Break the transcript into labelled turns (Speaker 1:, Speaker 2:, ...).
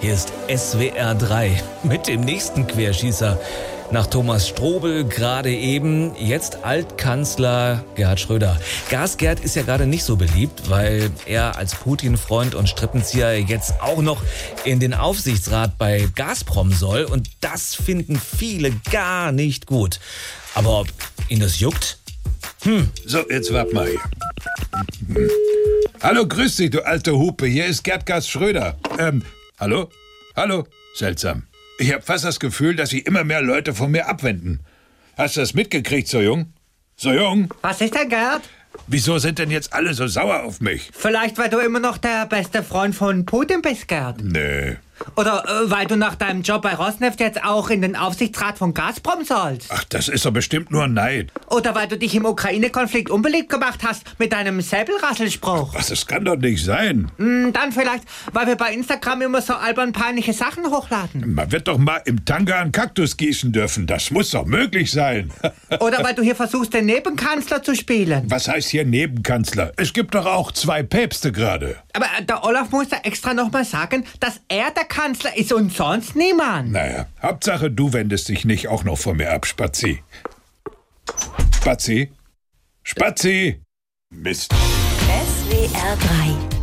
Speaker 1: Hier ist SWR 3 mit dem nächsten Querschießer. Nach Thomas Strobel gerade eben, jetzt Altkanzler Gerhard Schröder. Gasgerd ist ja gerade nicht so beliebt, weil er als Putin-Freund und Strippenzieher jetzt auch noch in den Aufsichtsrat bei Gazprom soll. Und das finden viele gar nicht gut. Aber ob ihn das juckt?
Speaker 2: Hm. So, jetzt wart mal hier. Hm. Hallo, grüß dich, du alte Hupe. Hier ist Gerd Gas Schröder. Ähm, hallo? Hallo? Seltsam. Ich habe fast das Gefühl, dass sich immer mehr Leute von mir abwenden. Hast du das mitgekriegt, so jung? So jung?
Speaker 3: Was ist denn, Gerd?
Speaker 2: Wieso sind denn jetzt alle so sauer auf mich?
Speaker 3: Vielleicht, weil du immer noch der beste Freund von Putin bist, Gerd.
Speaker 2: Nee.
Speaker 3: Oder äh, weil du nach deinem Job bei Rosneft jetzt auch in den Aufsichtsrat von Gazprom sollst.
Speaker 2: Ach, das ist doch bestimmt nur Neid.
Speaker 3: Oder weil du dich im Ukraine-Konflikt unbeliebt gemacht hast mit deinem Säbelrasselspruch.
Speaker 2: Was, das kann doch nicht sein.
Speaker 3: Mm, dann vielleicht, weil wir bei Instagram immer so albern peinliche Sachen hochladen.
Speaker 2: Man wird doch mal im Tanga einen Kaktus gießen dürfen. Das muss doch möglich sein.
Speaker 3: Oder weil du hier versuchst, den Nebenkanzler zu spielen.
Speaker 2: Was heißt hier Nebenkanzler? Es gibt doch auch zwei Päpste gerade.
Speaker 3: Aber äh, der Olaf muss da extra nochmal sagen, dass er der Kanzler ist und sonst niemand.
Speaker 2: Naja, Hauptsache, du wendest dich nicht auch noch von mir ab, Spazi. Spazi? Spazi! Mist.
Speaker 4: SWR 3